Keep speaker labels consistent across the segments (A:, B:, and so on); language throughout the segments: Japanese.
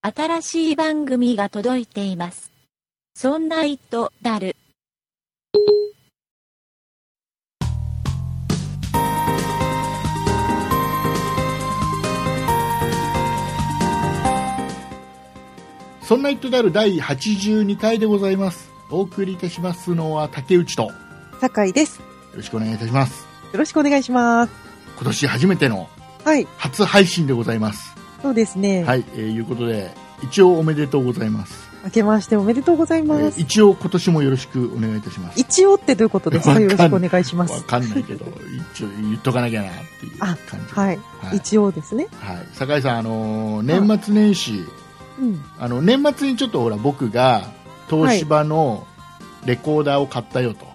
A: 新しい番組が届いています。そんな糸だる。
B: そんな人である第82回でございます。お送りいたしますのは竹内と、よ
C: 酒井です。よ
B: ろしくお願いいたします。
C: ろしくお願いします。
B: 今年初めての
C: はい、
B: 初配信でございます。
C: そうですね。
B: はい、えーいうことで、一応おめでとうございます。
C: 明けましておめでとうござい
B: えー
C: ます。
B: 一応今年もよろしくお願いいたします。
C: 一応ってどういうことです
B: わか
C: か
B: ん
C: よろしくお願いしま
B: わ
C: す。
B: かんないけど、一応言っとかなきゃなっていう感
C: あ
B: じ。
C: はい、
B: はい。
C: 一応ですね。
B: はい酒井さん、あのー年末年始、
C: うん。
B: あの、年末にちょっとほら、僕が、東芝のレコーダーを買ったよと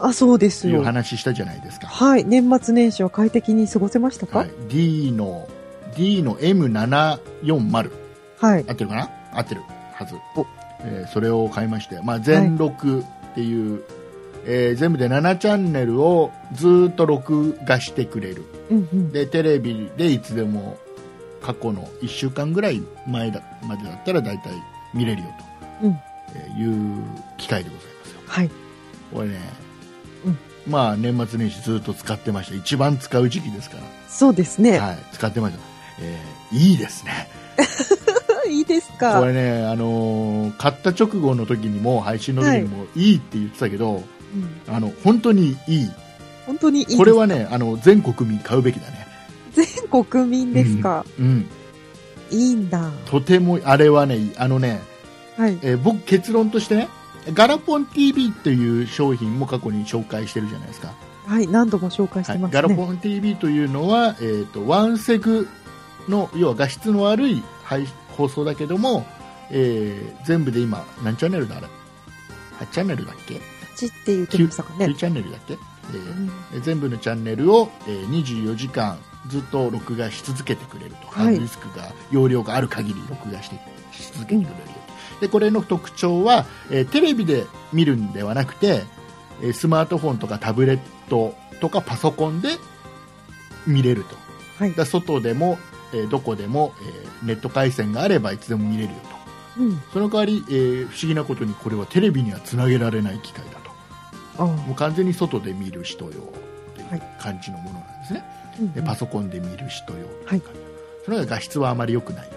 C: あ、そうです
B: いう
C: よ。
B: 話したじゃないですか。
C: はい、年末年始は快適に過ごせましたか
B: は
C: はいい、、
B: D の D の M740 合ってるかな合ってるはず
C: お
B: えーそれを買いまして、まあ、全録っていう、えー全部で7チャンネルをずっと録画してくれる
C: うんうん。
B: でテレビでいつでも過去の1週間ぐらい前だまでだったら大体見れるよと、
C: うん
B: えーいう機会でございますよ
C: はい。
B: これね、
C: うん
B: まあ年末年始ずっと使ってました一番使う時期ですから
C: そうですね。
B: はい、使ってました。えーいいですね。
C: いいです
B: こ
C: か
B: れね、あのー買った直後の時にも、配信の時にも、いいって言ってたけど、
C: うん
B: あの、本当にいい。
C: 本当にいいです
B: これはね、あの、全国民買うべきだね。
C: 全国民ですか、
B: うん。
C: いいんだ。
B: とても、あれはね、いいあのね、
C: はい。
B: えー僕結論としてね、ガラポン TV という商品も過去に紹介してるじゃないですか。
C: はい、何度も紹介し
B: は
C: て
B: い
C: ますね。
B: ガラポン TV というのは、えっ、と、ワンセグの、要は画質の悪い配放送だけども、えー全部で今、何チャンネルだあれ ?8 チャンネルだっけ
C: チって言ってましたか
B: ?9
C: ね。
B: チャンネルだっけ、え
C: う
B: ー
C: ん
B: 全部のチャンネルを、えー24時間ずっと録画し続けてくれると。
C: はい
B: ハードディスクが、容量がある限り録画してし続けてくれるよと。で、これの特徴は、えーテレビで見るんではなくて、えースマートフォンとかタブレットとかパソコンで見れると。
C: はい
B: だか。ら外でも、えーどこでも、えーネット回線があればいつでも見れるよと。
C: うん。
B: その代わり、えー不思議なことにこれはテレビにはつなげられない機械だと。
C: あ
B: もう完全に外で見る人用っていう感じのものなんですね、
C: ーうん
B: でパソコンで見る人用
C: は
B: 感
C: い
B: じそれが画質はあまり良くないよ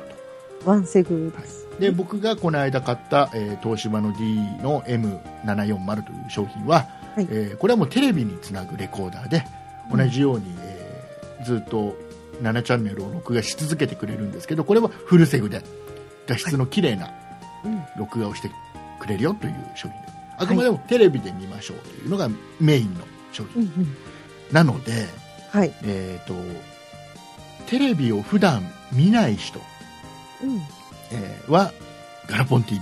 B: と
C: ワンセグです。
B: で僕がこの間買った、えー東芝の D の M740 という商品は、
C: はい
B: えーこれはもうテレビにつなぐレコーダーで
C: うん
B: 同じように、えーずっと7チャンネルを録画し続けてくれるんですけどこれはフルセグで画質の綺麗な
C: うん
B: 録画をしてくれるよという商品であくまでもテレビで見ましょうというのがメインの商品
C: うんうん。
B: なので、
C: はい。
B: えー、とテレビを普段見ない人、
C: うん。
B: えーはガラポン TV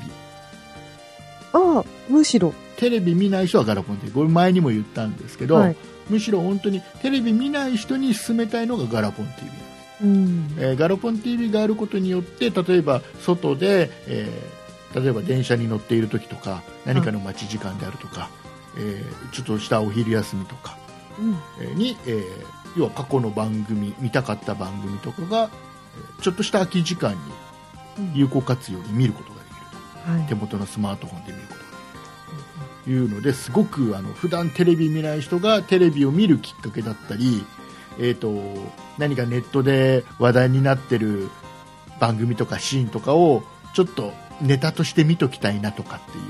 C: ああ、むしろ。
B: テレビ見ない人はガラポン TV これ前にも言ったんですけど、
C: はい。
B: むしろ本当にテレビ見ない人に勧めたいのがガラポン TV なんです、
C: うん。
B: えーガラポン TV があることによって例えば外で、えー例えば電車に乗っている時とか何かの待ち時間であるとか、えーちょっとしたお昼休みとか
C: うん。
B: に、えー要は過去の番組見たかった番組とかがえーちょっとした空き時間に
C: うん
B: 有効活用で見ることができる
C: は
B: と
C: い
B: 手。元のスマートフォンで見ることができるというのですごくあの普段テレビ見ない人がテレビを見るきっかけだったり、えー、と何かネットで話題になってる番組とかシーンとかをちょっとネタとして見ときたいなとかっていう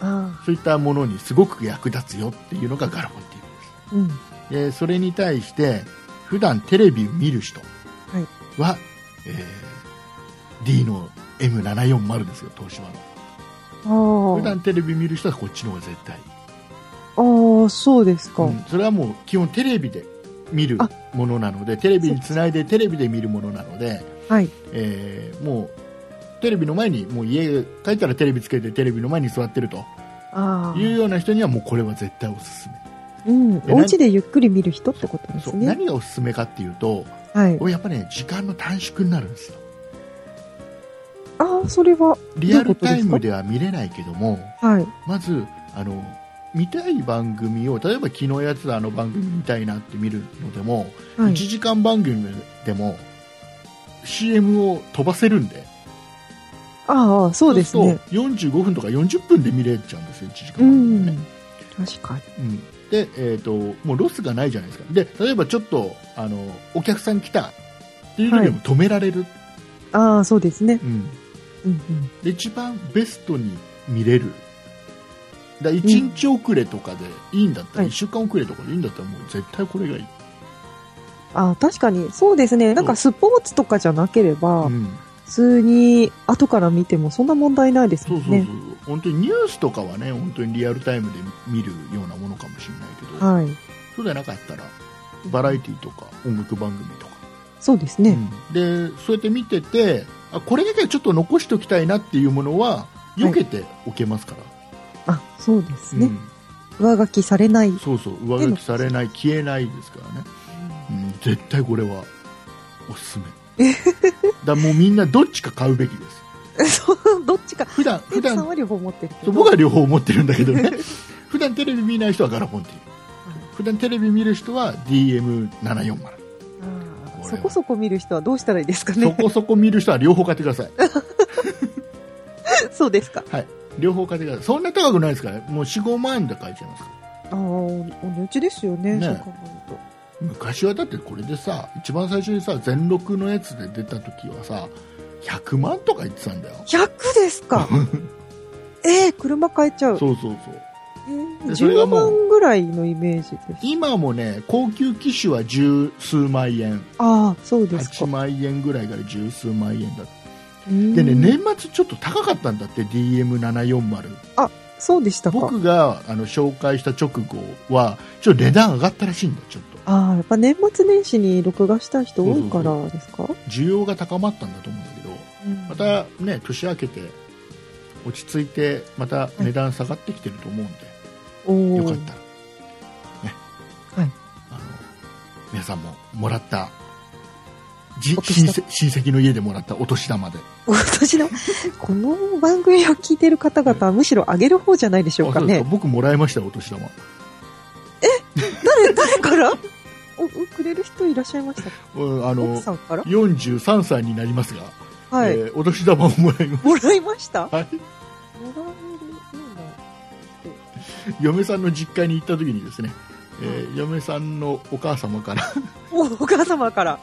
C: あ
B: そういったものにすごく役立つよっていうのがガラポン TV です。
C: あ。うん。
B: えーそれに対して普段テレビを見る人は、えー D の M740 ですよ東芝の
C: あ
B: 普段テレビ見る人はこっちの方が絶対いい、
C: あ。ああ、そうですか。
B: うんそれはもう基本テレビで見る
C: あ
B: ものなのでテレビにつないでテレビで見るものなので、
C: はい。
B: えーもうテレビの前にもう家帰ったらテレビつけてテレビの前に座ってると
C: ああ。
B: いうような人にはもうこれは絶対おすすめ
C: うん。
B: で
C: お家でゆっくり見る人ってことで
B: そ
C: す
B: う
C: ね。
B: 何がおすすめかっていうと
C: はい。
B: これやっぱね時間の短縮になるんですよ
C: ああ、それは。
B: リアルタイ
C: どういう
B: ム
C: ことで
B: では見れないけども、
C: はい。
B: まず、あの、見たい番組を、例えば昨日やつだあの番組見たいなって見るのでも、
C: は
B: 1
C: い。
B: 時間番組でも、CM を飛ばせるんで、
C: ああ、そうですね。
B: そうすると45分とか40分で見れちゃうんですよ1時間
C: う
B: 半で
C: ん
B: ね、。
C: 確かに。
B: うんで、えー、ともうロスがないじゃないですかで例えばちょっとあのお客さん来たっていうのでも止められる、
C: ああ、そうですね。
B: うん、
C: うんうん。
B: で一番ベストに見れるだ1日遅れとかでいいんだったら、
C: はい
B: 1週間遅れとかでいいんだったらもう絶対これがいい、
C: ああ、確かに。そうですね。なんかスポーツとかじゃなければ、
B: うん、
C: 普通に後から見てもそんな問題ないです
B: そ
C: も
B: うそ
C: ん
B: うそう、
C: ね。
B: 本当にニュースとかはね本当にリアルタイムで見るようなものかもしれないけど、
C: はい。
B: そうじゃなかったらバラエティとか音楽番組とか、
C: そうですね。
B: うんでそうやって見ててあこれだけはちょっと残しておきたいなっていうものは避けておけますから、
C: あ、そうですね。
B: うん
C: 上書きされない。
B: そうそう上書きされない消えないですからね、うん、絶対これはおすすめだもうみんなどっちか買うべきです
C: そう、どっちか。
B: 普段普
C: 普
B: 段
C: 段さんは両方持ってるけ
B: そ
C: ど。
B: う僕は両方持ってるんだけどね 普段テレビ見ない人はガラポンっていう普段テレビ見る人は DM740
C: ああそこそこ見る人はどうしたらいいですか
B: そ
C: ね。
B: こそこ見る人は両方買ってください
C: そうですか。
B: 両方買ってくださいそんな高くないですからもう45万円で買えちゃいますから
C: ああ、お値打ちですよね。
B: ね
C: そう考える
B: 昔はだってこれでさ一番最初にさ全録のやつで出た時はさ100万とか言ってたんだよ
C: と。100で すか。ええ車買えちゃう。
B: そうそうそう
C: えー
B: でそれが
C: 10
B: もう
C: 万ぐらいのイメージです。
B: 今もね高級機種は十数万円
C: ああ、そうです
B: 8
C: か。
B: 万円ぐらいから十数万円だっ
C: うん
B: てでね年末ちょっと高かったんだって DM740
C: そうでしたか。
B: 僕があの紹介した直後はちょっと値段上がったらしいんだちょっと
C: ああ、やっぱ年末年始に録画した人多いからですか
B: 需要が高まったんだと思うんだけど
C: うん
B: またね年明けて落ち着いてまた値段下がってきてると思うんで、
C: おー
B: よかったら、ね
C: はい
B: あの皆さんももらったじ
C: お年
B: 親戚親戚の家でもらったお年玉で
C: 私の、この番組を聞いてる方々はむしろ上げる方じゃないでしょうか
B: あそうです
C: ね
B: か。僕もらいましたよお年玉
C: 誰、誰からお、おくれる人いらっしゃいましたか
B: うんあ
C: 奥
B: の
C: さんから
B: 43歳になりますが、
C: はい
B: え。ーお年玉をもらいま
C: もらいましたも
B: はい
C: らえるような。
B: 嫁さんの実家に行った時にですね、えー嫁さんのお母様から
C: おお母様から。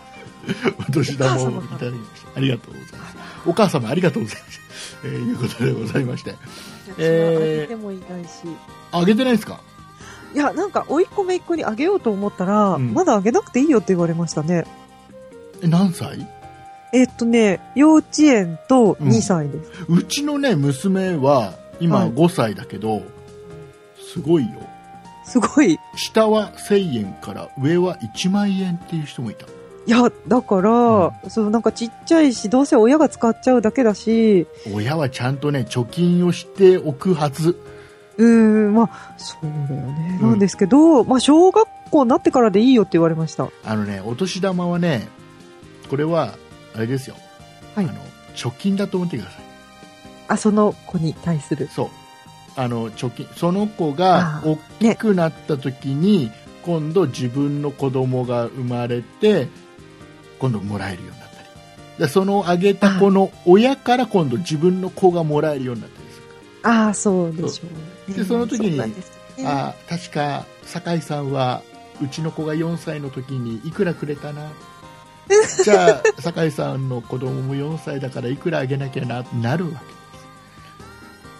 B: お年玉を
C: お
B: い
C: 母様から
B: ただきましたありがとうございますお母様ありがとうございました、えーいうことでございましてえー
C: あげてもいないし。
B: あげてないですか
C: いや、なんか、甥いっ子めいっ子にあげようと思ったら、
B: うん
C: まだあげなくていいよって言われましたね。
B: え何歳
C: えっとね、幼稚園と
B: うん
C: 2歳です。
B: うちのね娘は今
C: はい
B: 5歳だけど、すごいよ
C: すごい。い
B: 下は1000円から上は1万円っていう人もいた
C: や、だから、そう、なんかちっちゃいし、どうせ親が使っちゃうだけだし、
B: 親はちゃんとね貯金をしておくはず
C: うーん、まあ、そうだよね。
B: うん
C: なんですけど、まあ、小学校になってからでいいよって言われました。
B: あのねお年玉はねこれはあれですよ、
C: はい
B: あの貯金だと思ってください
C: あ、その子に対する。
B: そうあの貯金その子が
C: あ
B: 大きくなった時に、今度自分の子供が生まれて今度もらえるようになったりでそのあげた子の親から今度自分の子がもらえるようになったりする
C: ああ、そうでしょう、ね。
B: でその時に
C: うなんですね
B: あー確か酒井さんはうちの子が4歳の時にいくらくれた なじゃあ酒井さんの子供も4歳だからいくらあげなきゃななるわ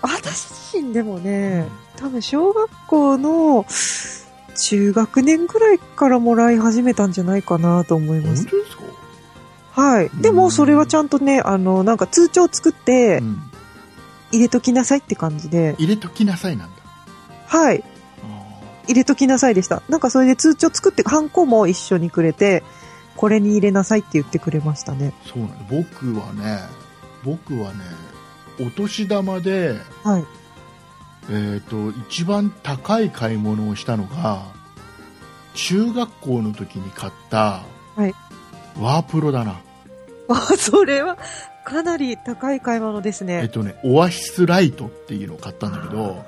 C: 私自身でも
B: け、
C: ね、多分小学校の中学年ぐらいからもらい始めたんじゃないかなと思いま
B: 本
C: す。
B: 当ですか、
C: はい。で
B: うん
C: もそれはちゃんとね、あの、なんか通帳作って
B: うん、
C: 入れときなさいって感じで、
B: 入れときなさいなんだ
C: はい。
B: あ
C: 入れときなさいでした。なんかそれで通帳作って、ハンコも一緒にくれて、これに入れなさいって言ってくれましたね。
B: ーそうなんだ僕はね僕はねお年玉で、
C: はい。
B: えー、と一番高い買い物をしたのが中学校の時に買った、
C: はい
B: ワープロだな
C: わ あ、それはかなり高い買い物です
B: えっ
C: ね。
B: とね、オアシスライトっていうのを買ったんだけど、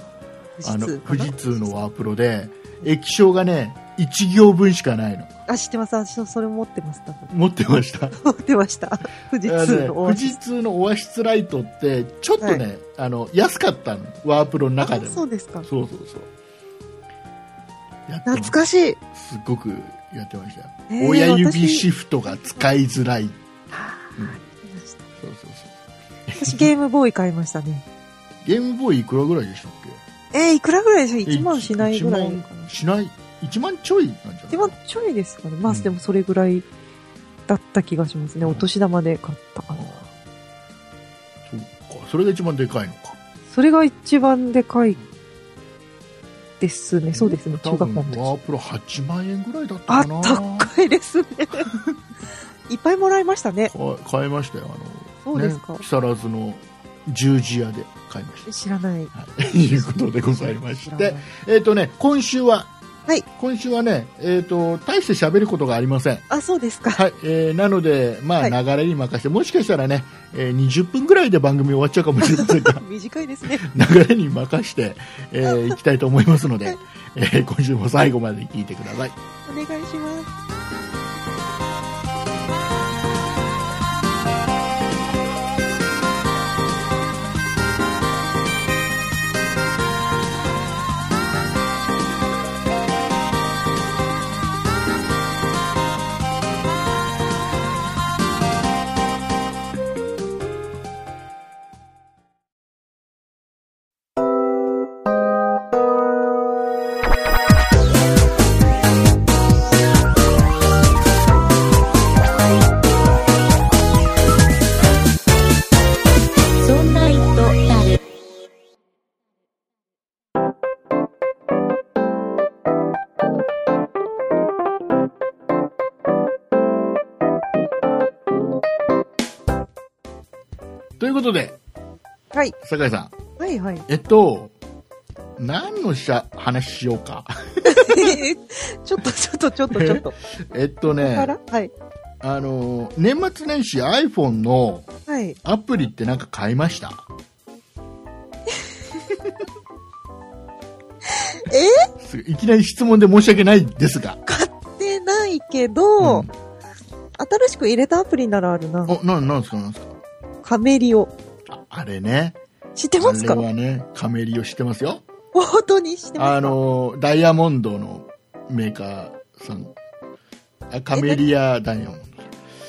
B: あの、
C: かな
B: 富士通のワープロで、液晶がね、 1行分しかないの
C: あ、知ってます。あ、そそれ持ってました。
B: 持ってました
C: 持って ました。富士
B: あの
C: 通
B: ね
C: の
B: 富士通のオアシスライトってちょっとね、
C: は
B: あの安かったのワープロの中でも
C: あそ
B: そう
C: うですか。
B: そうそうやってま
C: 懐かしい。
B: すっごくやってましたよ、
C: えー
B: 親指
C: 私
B: シフトが使いづらい
C: あーありました
B: そうそうそう
C: 私ゲームボーイ買いましたね。
B: ゲームボーイいくらぐらいでしたっけ
C: えー、いくらぐらいでしょ ?1 万しないぐらい
B: 1万
C: かな。
B: しない1万ちょいなんじゃない
C: 1万ちょいですかね。まあ、
B: うん
C: でもそれぐらいだった気がしますね。
B: うん
C: お年玉で買ったかな。
B: そうかそれが一番でかいのか
C: それが一番でかいですね。そうですね。中
B: 多
C: 学校
B: 分
C: の
B: ワ
C: 時。
B: ープロ8万円ぐらいだった
C: あ、
B: かな
C: 高いです ね。いっぱいもらいましたね。
B: か買いましたよあの
C: そうですか
B: ね、木更津の十字屋で買いました
C: 知らない。
B: はいと いうことでございまし
C: 知ら
B: て
C: ない、
B: えっ、とね、今週は、
C: はい
B: 今週はね、えっ、と、大して喋ることがありません。
C: あ、そうですか。
B: はい、えーなので、まあ、
C: はい
B: 流れに任せて、もしかしたらね、えー20分ぐらいで番組終わっちゃうかもしれませんが、
C: 短いですね。
B: 流れに任して、えーいきたいと思いますので、えー今週も最後まで聞いてください。
C: お願いします。
A: そんな糸だ る、
B: ということで、
C: はい。
B: 酒井さん、
C: はいはい。
B: えっと、何のしゃ話しようか。
C: ちょっとちょっとちょっとちょっと。
B: えっと
C: か
B: ね
C: ら、はい。
B: あの、年末年始 iPhone の
C: はい。
B: アプリってなんか買いました
C: え
B: すいきなり質問で申し訳ないですが。
C: ってないけど、
B: うん
C: 新しく入れたアプリならあるな。
B: お、な、なんですか、なんですか。
C: カメリオ。
B: ああれね。
C: 知ってます
B: あ
C: か
B: れはね、カメリオ知ってますよ。
C: 本当に知ってますか
B: あの、ダイヤモンドのメーカーさん。あカメリアダイヤモンド。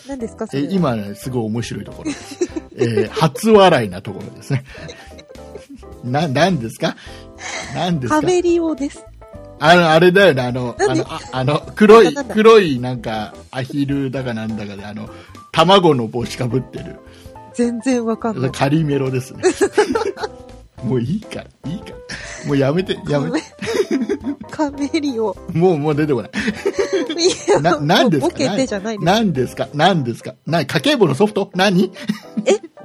C: 何ですかそ
B: え
C: れは。
B: 今ね、すごい面白いところ です。えー初笑いなところですね。 な、なんですかなんですか
C: カメリオです。
B: あの、あれだよね、あの、あ
C: 何
B: の、ああの黒
C: なん
B: い
C: だなん、だ
B: 黒い、なんか、アヒルだかなんだかで、あの、卵の帽子かぶってる。
C: 全然わかんない。
B: カリメロです ね。もういいから、いいから。もうやめて、や
C: カ
B: め
C: メ
B: て。
C: カメリオ。
B: もう、もう出てこない。
C: いや、
B: な、なんですか
C: ボケてじゃないです。
B: 何ですか何ですか何家計簿のソフト何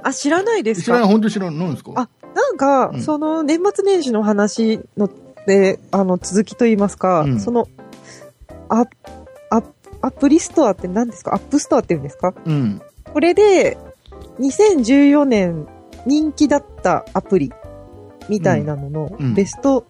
C: あ、知らないです
B: 知らない、
C: か
B: 本当知らない。何ですか
C: あ、なんか、
B: うん
C: その年末年始の話の、で、あの、続きと言いますか、
B: うん
C: その、アアアプリストアって何ですかアップストアって言うんですか
B: うん。
C: これで、2014年人気だったアプリみたいなのの
B: うんうん
C: ベスト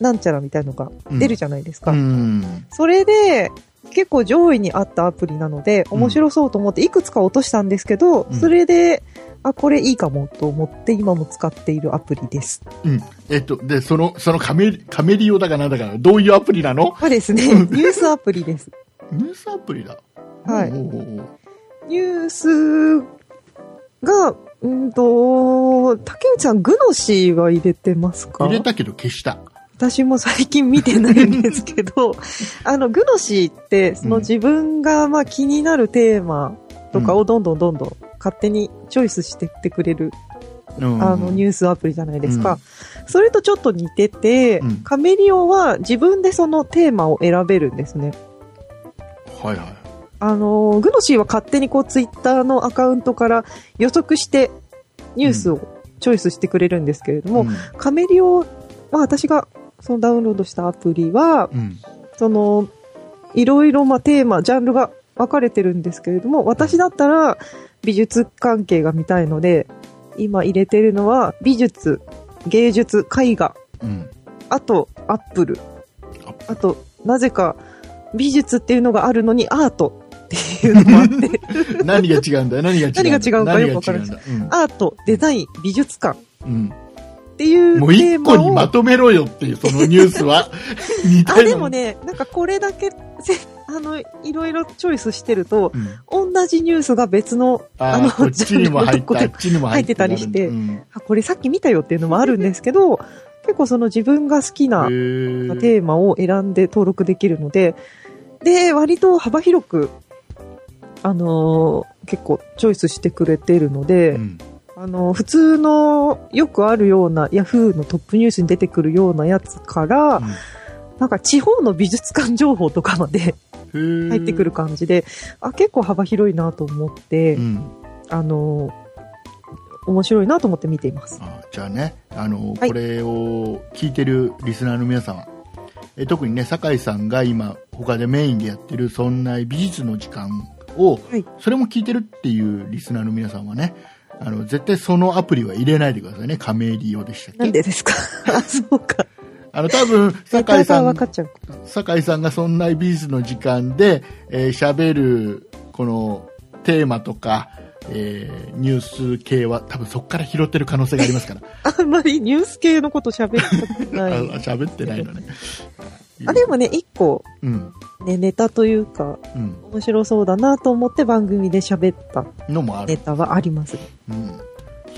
C: なんちゃらみたいのが出るじゃないですか。
B: うん。
C: それで、結構上位にあったアプリなので、
B: うん
C: 面白そうと思っていくつか落としたんですけど、
B: うん
C: それで、あ、これいいかもと思って今も使っているアプリです。
B: うん。えっと、で、その、そのカメ、カメリオだかなんだか、どういうアプリなの
C: はで すね、ニュースアプリです。
B: ニュースアプリだ。
C: はい
B: おうおうおう
C: ニュースが、うんと、竹内さん、グノシーは入れてますか
B: 入れたけど消した。
C: 私も最近見てないんです けど、あの、グノシーって、その
B: うん
C: 自分がまあ気になるテーマとかをどんどんどんどん勝手にチョイスしてってくれる、
B: うん
C: あのニュースアプリじゃないですか。それとちょっと似てて、
B: うん
C: カメリオは自分でそのテーマを選べるんですね。
B: はいはい。
C: あの、グノシーは勝手にこうツイッターのアカウントから予測してニュースをチョイスしてくれるんですけれども、
B: うん
C: カメリオは私がそのダウンロードしたアプリは、
B: うん。
C: その、いろいろ、まあ、テーマ、ジャンルが分かれてるんですけれども、私だったら美術関係が見たいので、今入れてるのは美術、芸術、絵画、
B: うん。
C: あとアップル
B: アップ、
C: あと、なぜか美術っていうのがあるのにアートっていうのもあ って、
B: 何が違うんだ何が違うんだ
C: 何が違うかよくわから
B: 何
C: ない
B: が違うんだ
C: アート、デザイン、美術館
B: うん
C: っていう
B: うんもう
C: テ
B: 一
C: ー
B: 個に
C: マ
B: ま
C: を、
B: とめろよっていう、そのニュースは。似た
C: あ、
B: ような
C: でも、ね、なんかこれだけ、せあの、いろいろチョイスしてると、
B: うん
C: 同じニュースが別の、
B: あ
C: あの
B: の、こっちにも入った、あっちにも入っ
C: 入ってたりして
B: うん
C: あ、これさっき見たよっていうのもあるんです けど、結構その自分が好きな
B: へー
C: テーマを選んで登録できるので、で、割と幅広く、あのー結構チョイスしてくれてるので、
B: うん
C: あのー普通のよくあるような Yahoo のトップニュースに出てくるようなやつから、
B: うん
C: なんか地方の美術館情報とかまで
B: へー
C: 入ってくる感じで、あ、結構幅広いなと思って、
B: うん
C: あのー面白いなと思って見ています。
B: あじゃあね、あの、
C: はい
B: これを聞いてるリスナーの皆様、え特にね、酒井さんが今、他でメインでやってる、そんな美術の時間を、
C: はい
B: それも聞いてるっていうリスナーの皆さんはね、あの、絶対そのアプリは入れないでくださいね。加盟利用でしたっけ
C: なんでですかあ、そうか。
B: あの、多 分、酒井さ
C: ネタが
B: ん
C: 分かっちゃう。
B: 酒井さんがそんな美術の時間で喋、えー喋るこのテーマとか、えーニュース系は多分そこから拾ってる可能性がありますから
C: あんまりニュース系のこと喋りたく
B: あ
C: ない。
B: 喋、ってないのね
C: あでもね、一個、
B: うん
C: ね、ネタというか、
B: うん
C: 面白そうだなと思って番組で喋った
B: のもある、
C: ネタはあります。
B: うん、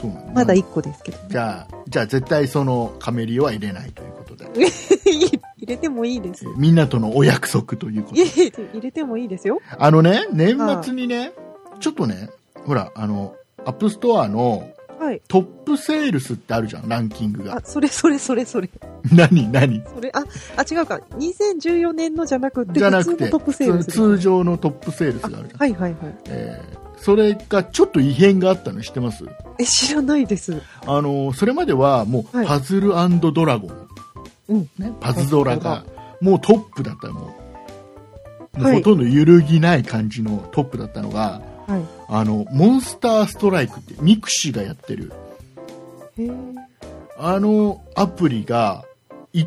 B: そうなん
C: まだ一個ですけど、
B: じ
C: ね、
B: ゃあじゃあ絶対そのカメリオは入れないということで、
C: 入れてもいいです
B: え。ーみんなとのお約束ということ
C: い
B: で
C: やいや入れてもいいですよ。
B: あのね年末にねちょっとねほらあのアップストアの
C: はい。
B: トップセールスってあるじゃんランキングが
C: あ、それそれそれそれ。
B: 何何
C: それ、あ、あ、違うか。2014年のじゃなくて、
B: じゃな
C: 普通
B: く
C: の
B: て
C: トップセール
B: 通
C: スです。
B: 通常のトップセールスがあるじゃん、
C: はいはいはい。
B: えーそれがちょっと異変があったの知ってます
C: え、知らないです。
B: あのーそれまではもう、
C: はい
B: パズルドラゴン、
C: うん
B: ね、パズドラ
C: パ
B: がもうトップだったのもう
C: はい
B: ほとんど揺るぎない感じのトップだったのが
C: はい。
B: あのモンスターストライクってミクシーがやってる
C: へえ。
B: あのアプリが1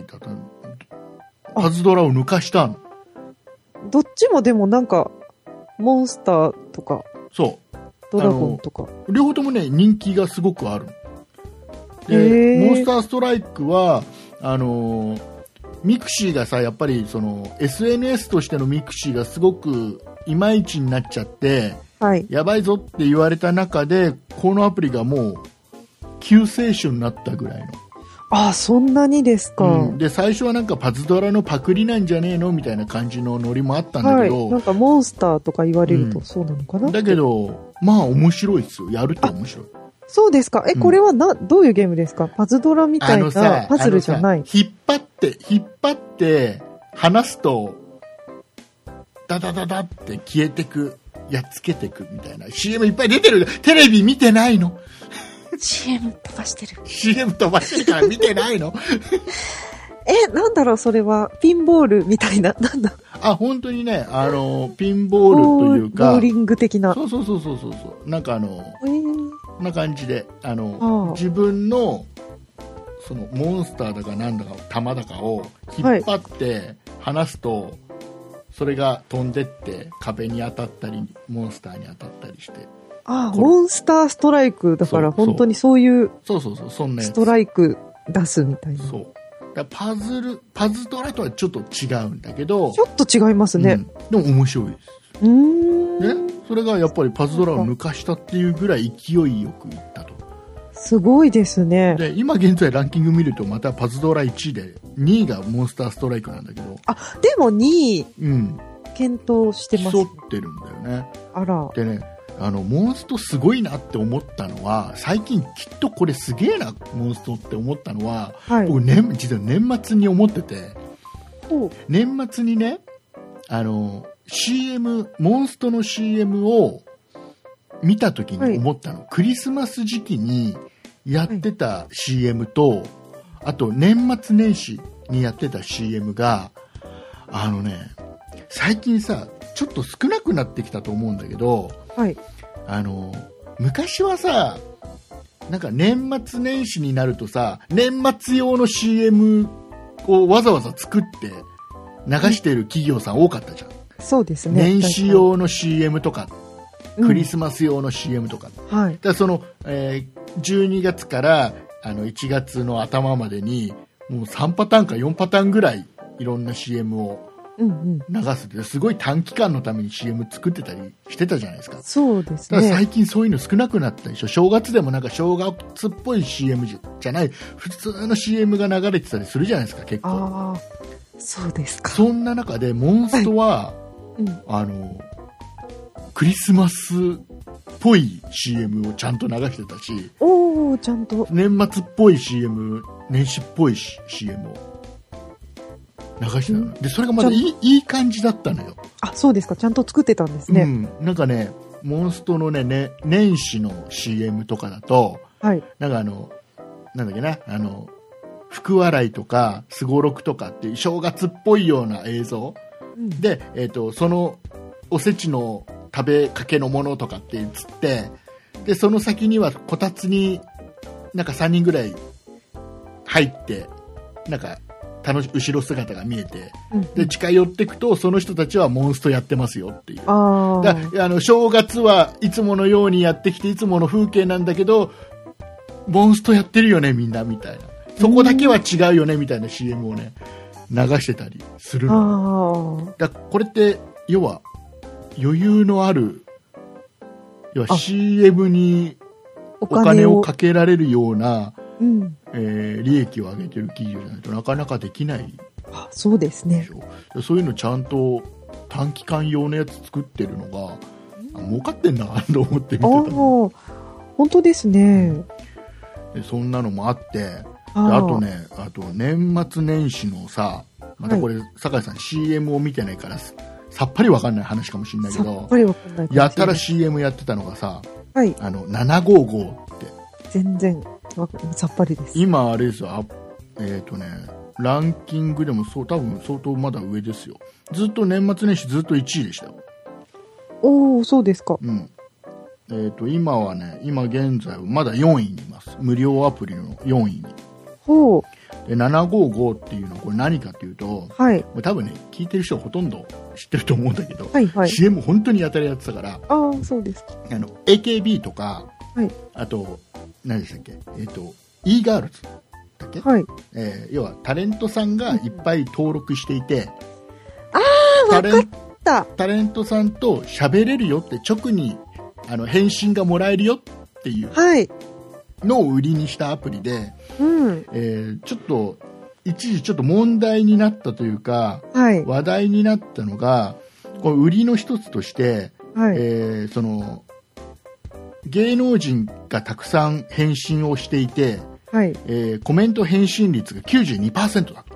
B: 位だったのパズドラを抜かしたの
C: どっちもでもなんか、モンスターとか、
B: そう
C: ドラゴンとか。
B: 両方ともね人気がすごくある
C: へ
B: で
C: ー
B: モンスターストライクはあのーミクシーがさやっぱりその SNS としてのミクシーがすごくいまいちになっちゃって
C: はい。
B: やばいぞって言われた中でこのアプリがもう救世主になったぐらい
C: あ、そんなにですか。
B: の、うんで最初はなんかパズドラのパクリなんじゃねえのみたいな感じのノリもあったんだ
C: は
B: け
C: い。
B: ど、
C: なんかモンスターとか言われる
B: う
C: と
B: ん
C: そうなのかな、
B: だけどまあ面白いですよやると面白い
C: そうですか。え、
B: うん
C: これはな、どういうゲームですかパズドラみた
B: あ
C: い
B: の
C: な
B: さ、
C: パズルじゃな
B: あの
C: い。
B: さ引っ張って、引っ張って、離すと、ダダダダって消えてく、やっつけてくみたいな。CM いっぱい出てる。テレビ見てないの
A: CM 飛ばしてる。
B: ?CM 飛ばしてるから見てないの
C: え、なんだろう、それは。ピンボールみたいな。 なんだ
B: あ、本当にね、あの、ピンボールという
C: ボー
B: か、
C: リング的な。
B: そうそうそうそうそうそう。なんかあの、
C: えー
B: こんな感じで、あ
C: ああ
B: の、自分の、そのモンスターだかなんだか、玉だかを引っ張って離すと、それが飛んでって壁に当たったり、モンスターに当たったりして。
C: あ
B: これ
C: モンスターストライク。だか
B: そ
C: ら
B: うそう
C: 本当にそういう
B: そうそうそう、そんなや
C: ス
B: つ。
C: トライク出すみたいな。ち
B: そ
C: ょ
B: う。だからパズル、パズドラとはちょっと違うんだけど、
C: っと違いますね。
B: うんでも面白いです。
C: うーん。
B: ね、それがやっぱりパズドラを抜かしたっていうぐらい勢いよくいったと。
C: すごいですね。
B: で今現在ランキング見るとまたパズドラ1位で2位がモンスターストライクなんだけど、
C: あ、でも2位、
B: うん、
C: 検討してます
B: 競。ってるんだよね
C: あら。
B: でねあのモンストすごいなって思ったのは最近きっとこれすげえなモンストって思ったのは
C: はい。
B: 僕、ね、実は年末に思ってて
C: お
B: 年末にねあの CM モンストの CM を見た時に思ったの、クリスマス時期にやってた CM と、あと年末年始にやってた CM があのね最近さちょっと少なくなってきたと思うんだけど
C: はい。
B: あの昔はさなんか年末年始になるとさ年末用の CM をわざわざ作って流してる企業さん多かったじゃん、
C: そうですね。
B: 年始用の CM とか、
C: うん
B: クリスマス用の CM とかだか
C: はい。
B: らその、えー12月からあの1月の頭までにもう3パターンか4パターンぐらいいろんな CM を
C: うんうん。
B: 流すってすごい短期間のために CM 作ってたりしてたじゃないですか
C: そうです
B: ただ
C: ね。
B: 最近そういうの少なくなったでしょ正月でもなんか正月っぽい CM じじゃない普通の CM が流れてたりするじゃないですか結構
C: ああ、そうですか。
B: そんな中でモンストは、
C: うん
B: あのクリスマスっぽい CM をちゃんと流してたし
C: おー、ちゃんと。
B: 年末っぽい CM 年始っぽい CM を流してたの、でそれがまだいいいい感じだったのよ、
C: あ、そうですか。ちゃんと作ってたんですね。
B: うん、なんかねモンストのねね年始の CM とかだと
C: はい。
B: なんかあの、なんだっけな、あの、福笑いとか、すごろくとかっていう正月っぽいような映像
C: うん
B: で、えっ、と、そのおせちの食べかけのものとかって映って、で、その先にはこたつになんか3人ぐらい入って、なんか楽し、後ろ姿が見えて、
C: うん
B: で、近寄ってくと、その人たちはモンストやってますよっていう。
C: あ
B: だ
C: あ、
B: あの正月はいつものようにやってきていつもの風景なんだけどモンストやってるよねみんなみたいなそこだけは違うよねみたいな CM をね流してたりするの
C: ああ、
B: だこれって要は余裕のある要は
C: あ
B: CM に
C: お
B: お金
C: 金を
B: をかけられるような、
C: うん、
B: えー利益を上げてる企業じゃないとなかなかできない
C: あそうです
B: で
C: ね
B: しょそういうのちゃんと短期間用のやつ作ってるのがあ儲かってんな と思って見て
C: ああ
B: たの
C: 本当ですね
B: でそんなのもあってで
C: あ
B: あとねあと年末年始のさまたこれ、酒井さん CM を見てないからささっぱりわかんない話かもしれないけ
C: さっ
B: ど
C: ぱりわかんないかもしれな
B: や
C: い
B: たら CM やってたのがさ
C: はい
B: あの755って
C: 全然わかさっぱりです
B: 今あれですよあえっ、とねランキングでもそう多分相当まだ上ですよずっと年末年始ずっと1位でしたよ
C: おおそうですか
B: うん。えっ、と、今はね、今現在はまだ4位にいます。無料アプリの4位に。
C: ほう
B: で、755っていうのはこれ何かっていうと、も
C: はい、
B: う多分ね、聞いてる人はほとんど知ってると思うんだけど、
C: はいはい
B: CM 本当にやたらやってたから、
C: ああそうですか
B: あの、AKB とか、
C: はい
B: あと、何でしたっけ、えっ、と、e-girls だっけ、
C: はい
B: えー要はタレントさんがいっぱい登録していて、
C: あ
B: タ
C: わ
B: レ
C: かっ
B: ン
C: た
B: タレントさんと喋れるよって直にあの返信がもらえるよっていう
C: はい
B: のを売りにしたアプリで、
C: うん
B: えーちょっと一時ちょっと問題になったというか
C: はい
B: 話題になったのがこの売りの一つとして、
C: はい、
B: えーその芸能人がたくさん返信をしていて、
C: はい
B: えーコメント返信率が92%だと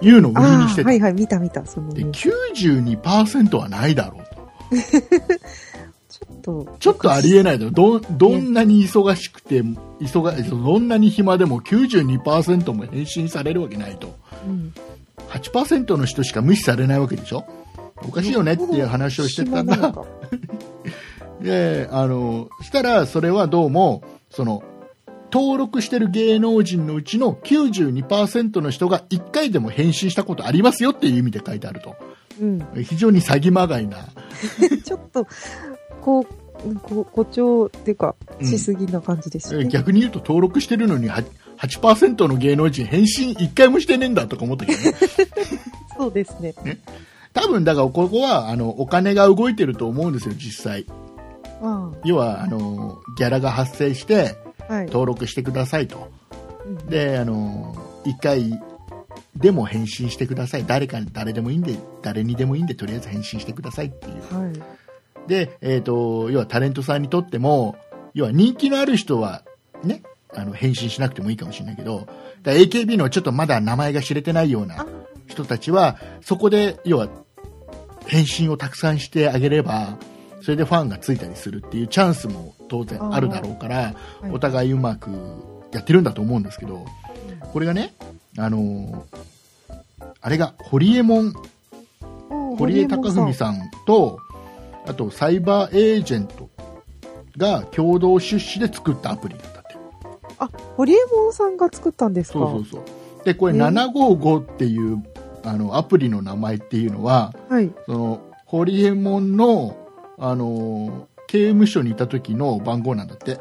B: いうのを売りにしてた、
C: あーはいはい見た見たその
B: で
C: ニュース
B: 92%はないだろうと
C: ちょっと
B: ちょっとありえないだろどどんなに忙しくて忙どんなに暇でも92%も返信されるわけないと
C: うん
B: 8%の人しか無視されないわけでしょおかしいよねっていう話をしてたん
C: 暇な
B: だ
C: のか
B: であのしたらそれはどうもその登録してる芸能人のうちの92%の人が1回でも返信したことありますよっていう意味で書いてあると
C: うん
B: 非常に詐欺まがいな
C: ちょっと、こう、こ誇張っていうか、
B: うん
C: しすぎな感じですよね。
B: 逆に言うと登録してるのには8%の芸能人返信1回もしてねえんだとか思ったけどね
C: そうですね。
B: 多分だからここはあのお金が動いてると思うんですよ実際
C: ま
B: 要はあのギャラが発生して
C: あ、はい。
B: 登録してくださいと
C: うん
B: であの1回でも返信してください誰かに誰でもいいんで誰にでもいいんでとりあえず返信してくださいっていう
C: はい。
B: で、えー、と要はタレントさんにとっても要は人気のある人は、ね、あの返信しなくてもいいかもしれないけどだから AKB のちょっとまだ名前が知れてないような
C: あ
B: 人たちはそこで要は返信をたくさんしてあげればそれでファンがついたりするっていうチャンスも当然あるだろうから
C: はい
B: お互いうまくやってるんだと思うんですけどこれがねあのあれが堀エモ門
C: お
B: 堀江貴文
C: ん。
B: さんとあとサイバーエージェントが共同出資で作ったアプリだったって
C: あ、堀江門さんが作ったんですか
B: そうそうそうでこれ
C: えー
B: 755っていう、ああのアプリの名前っていうのは
C: はい。
B: そのホリエモンのあの刑務所にいた時の番号なんだって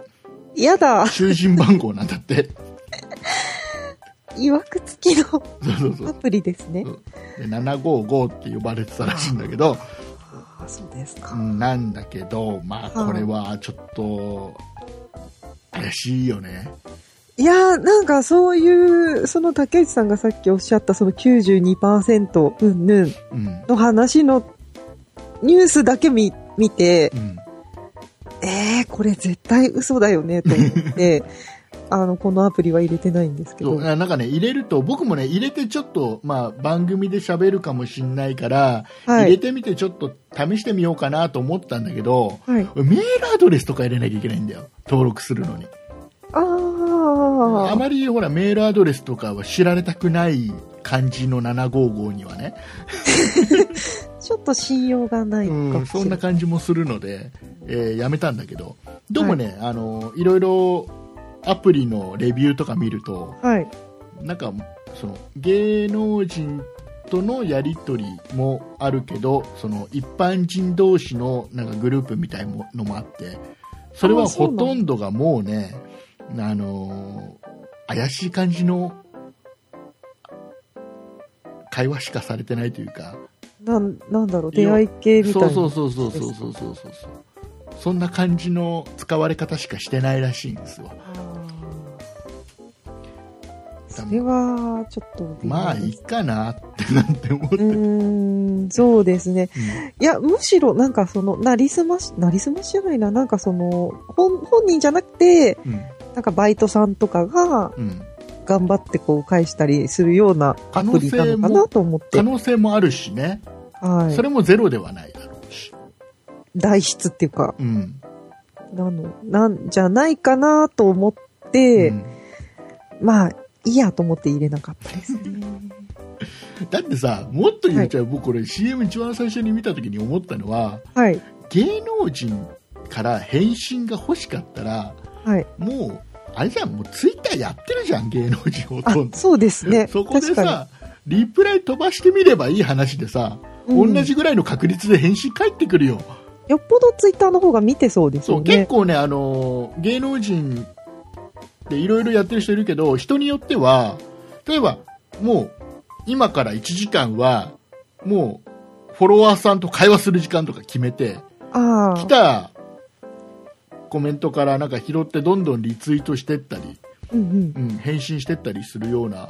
C: やだ
B: 囚人番号なんだって
C: いわくつきの
B: そうそうそう
C: アプリですね
B: そう。で755って呼ばれてたらしいんだけど、
C: ああ、そうです
B: う
C: か。
B: んなんだけどまあこれはちょっと怪しいよね
C: いやー、なんかそういう、その竹内さんがさっきおっしゃったその92%うんぬん
B: うん
C: の話のニュースだけ見、見て、
B: うん
C: えー、これ絶対嘘だよねと 思って、あの、このアプリは入れてないんですけ
B: そ
C: ど。
B: うあなんかね入れると僕もね入れてちょっと、まあ、番組で喋るかもしんないから、
C: は
B: 入れ
C: い。
B: てみてちょっと試してみようかなと思ったんだけど
C: は
B: メ
C: い。
B: ールアドレスとか入れなきゃいけないんだよ登録するのに
C: あー。
B: あまりほらメールアドレスとかは知られたくない感じの755にはね、
C: ちょっと信用がないかもしれ
B: うん、そんな感じもするので、えーやめたんだけどどうもね、あのいろいろアプリのレビューとか見ると
C: はい。
B: なんかその芸能人とのやり取りもあるけどその一般人同士のなんかグループみたいなのもあってそれは
C: あそう
B: ほ
C: なの
B: とんどがもうねあのー怪しい感じの会話しかされてないというか
C: なん、なんだろう、出会い系みたい
B: そ
C: な。
B: うそうそうそうそうそうそうそうそんな感じの使われ方しかしてないらしいんですわ
C: あーそれは、ちょっと、
B: まあいい。かなってなんて思って、
C: うーん、そうですね。いや、むしろ、なんかその、なりすまし、なりすましじゃないな、なんかその、本、本人じゃなくて、
B: うん
C: なんかバイトさんとかが、
B: うんうん
C: 頑張ってこう、返したりするようなアプリなのかなと思って
B: 可。能性もあるしね、そ
C: は
B: れもゼロではないだろうし、
C: い。代筆っていうか、
B: うん
C: なの、なんじゃないかなと思っ
B: う
C: て、
B: ん
C: まあ、いいやと思って入れなかったです。
B: だってさ、もっと言っちゃう、僕、これ、CM 一番最初に見たときに思ったのは、
C: はい。
B: 芸能人から返信が欲しかったら、
C: はい。
B: もう、あれじゃん、もうツイッターやってるじゃん、芸能人ほ
C: あ
B: とん、ど。
C: そうですね。
B: そこで
C: 確か
B: さ、リプライ飛ばしてみればいい話でさ、
C: に、うん
B: 同じぐらいの確率で返信返ってくるよ。
C: よっぽどツイッターの方が見てそうです
B: そ
C: よ
B: う、結
C: ね。
B: 構ね、あのー、芸能人でいろいろやってる人いるけど、人によっては、例えば、もう、今から1時間は、もう、フォロワーさんと会話する時間とか決めて、
C: あ
B: 来た
C: あ。
B: コメントからなんか拾ってどんどんリツイートしてったり、
C: うんうん。
B: うん、返信してったりするような